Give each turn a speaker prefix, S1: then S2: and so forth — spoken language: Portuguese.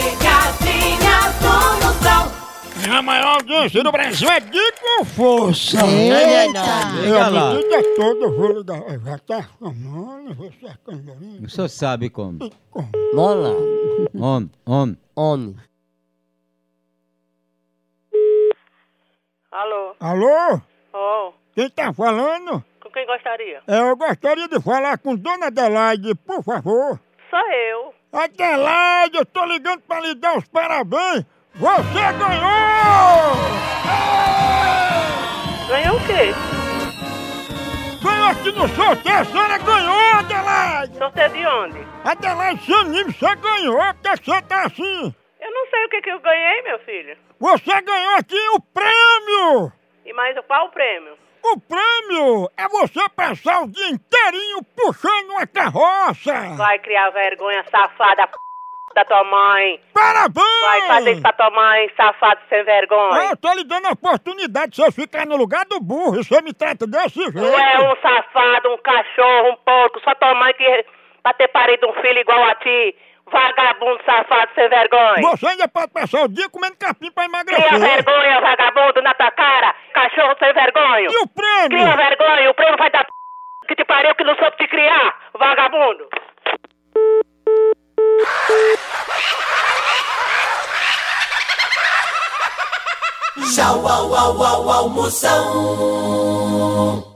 S1: Pegadinha do Moção.
S2: A maior audiência do Brasil é de com força.
S3: Eita!
S2: E a medida toda eu é vou lhe dar. Eu Já tá chamando, você é candorinho.
S4: O senhor sabe como.
S2: E como?
S3: Bola,
S4: Homem, homem.
S3: homem.
S5: Alô?
S2: Alô?
S5: Oh,
S2: Quem tá falando?
S5: com quem gostaria?
S2: É, eu gostaria de falar com Dona Adelaide, por favor.
S5: Sou eu.
S2: Adelaide, eu tô ligando pra lhe dar os parabéns. Você ganhou!
S5: Ganhou o quê?
S2: Ganhou aqui no sorteio, a senhora ganhou, Adelaide!
S5: Sorteio de onde?
S2: Adelaide, seu anime, você ganhou, porque você tá assim.
S5: Eu não sei o que, que eu ganhei, meu filho.
S2: Você ganhou aqui o prêmio!
S5: E mais qual o prêmio?
S2: O prêmio é você passar o dia inteirinho puxando uma carroça!
S5: Vai criar vergonha safada p... da tua mãe.
S2: Parabéns!
S5: Vai fazer isso pra tua mãe, safado sem
S2: Ah, eu
S5: vergonha.
S2: tô lhe dando a oportunidade de você ficar no lugar do burro e você me trata desse jeito!
S5: Tu é um safado, um cachorro, um porco. Só tua mãe que pra ter parido um filho igual a ti. Vagabundo, safado sem vergonha.
S2: Você ainda pode passar o dia comendo capim pra
S5: Cria
S2: emagrecer!
S5: vergonha, vagabundo, na tua cara. Cachorro sem vergonha.
S2: E o
S5: Cria
S2: prêmio?
S5: vergonha, o prêmio vai dar p... que te pariu que não soube te criar, vagabundo!
S1: Tchau, au, au, au, au, Moção.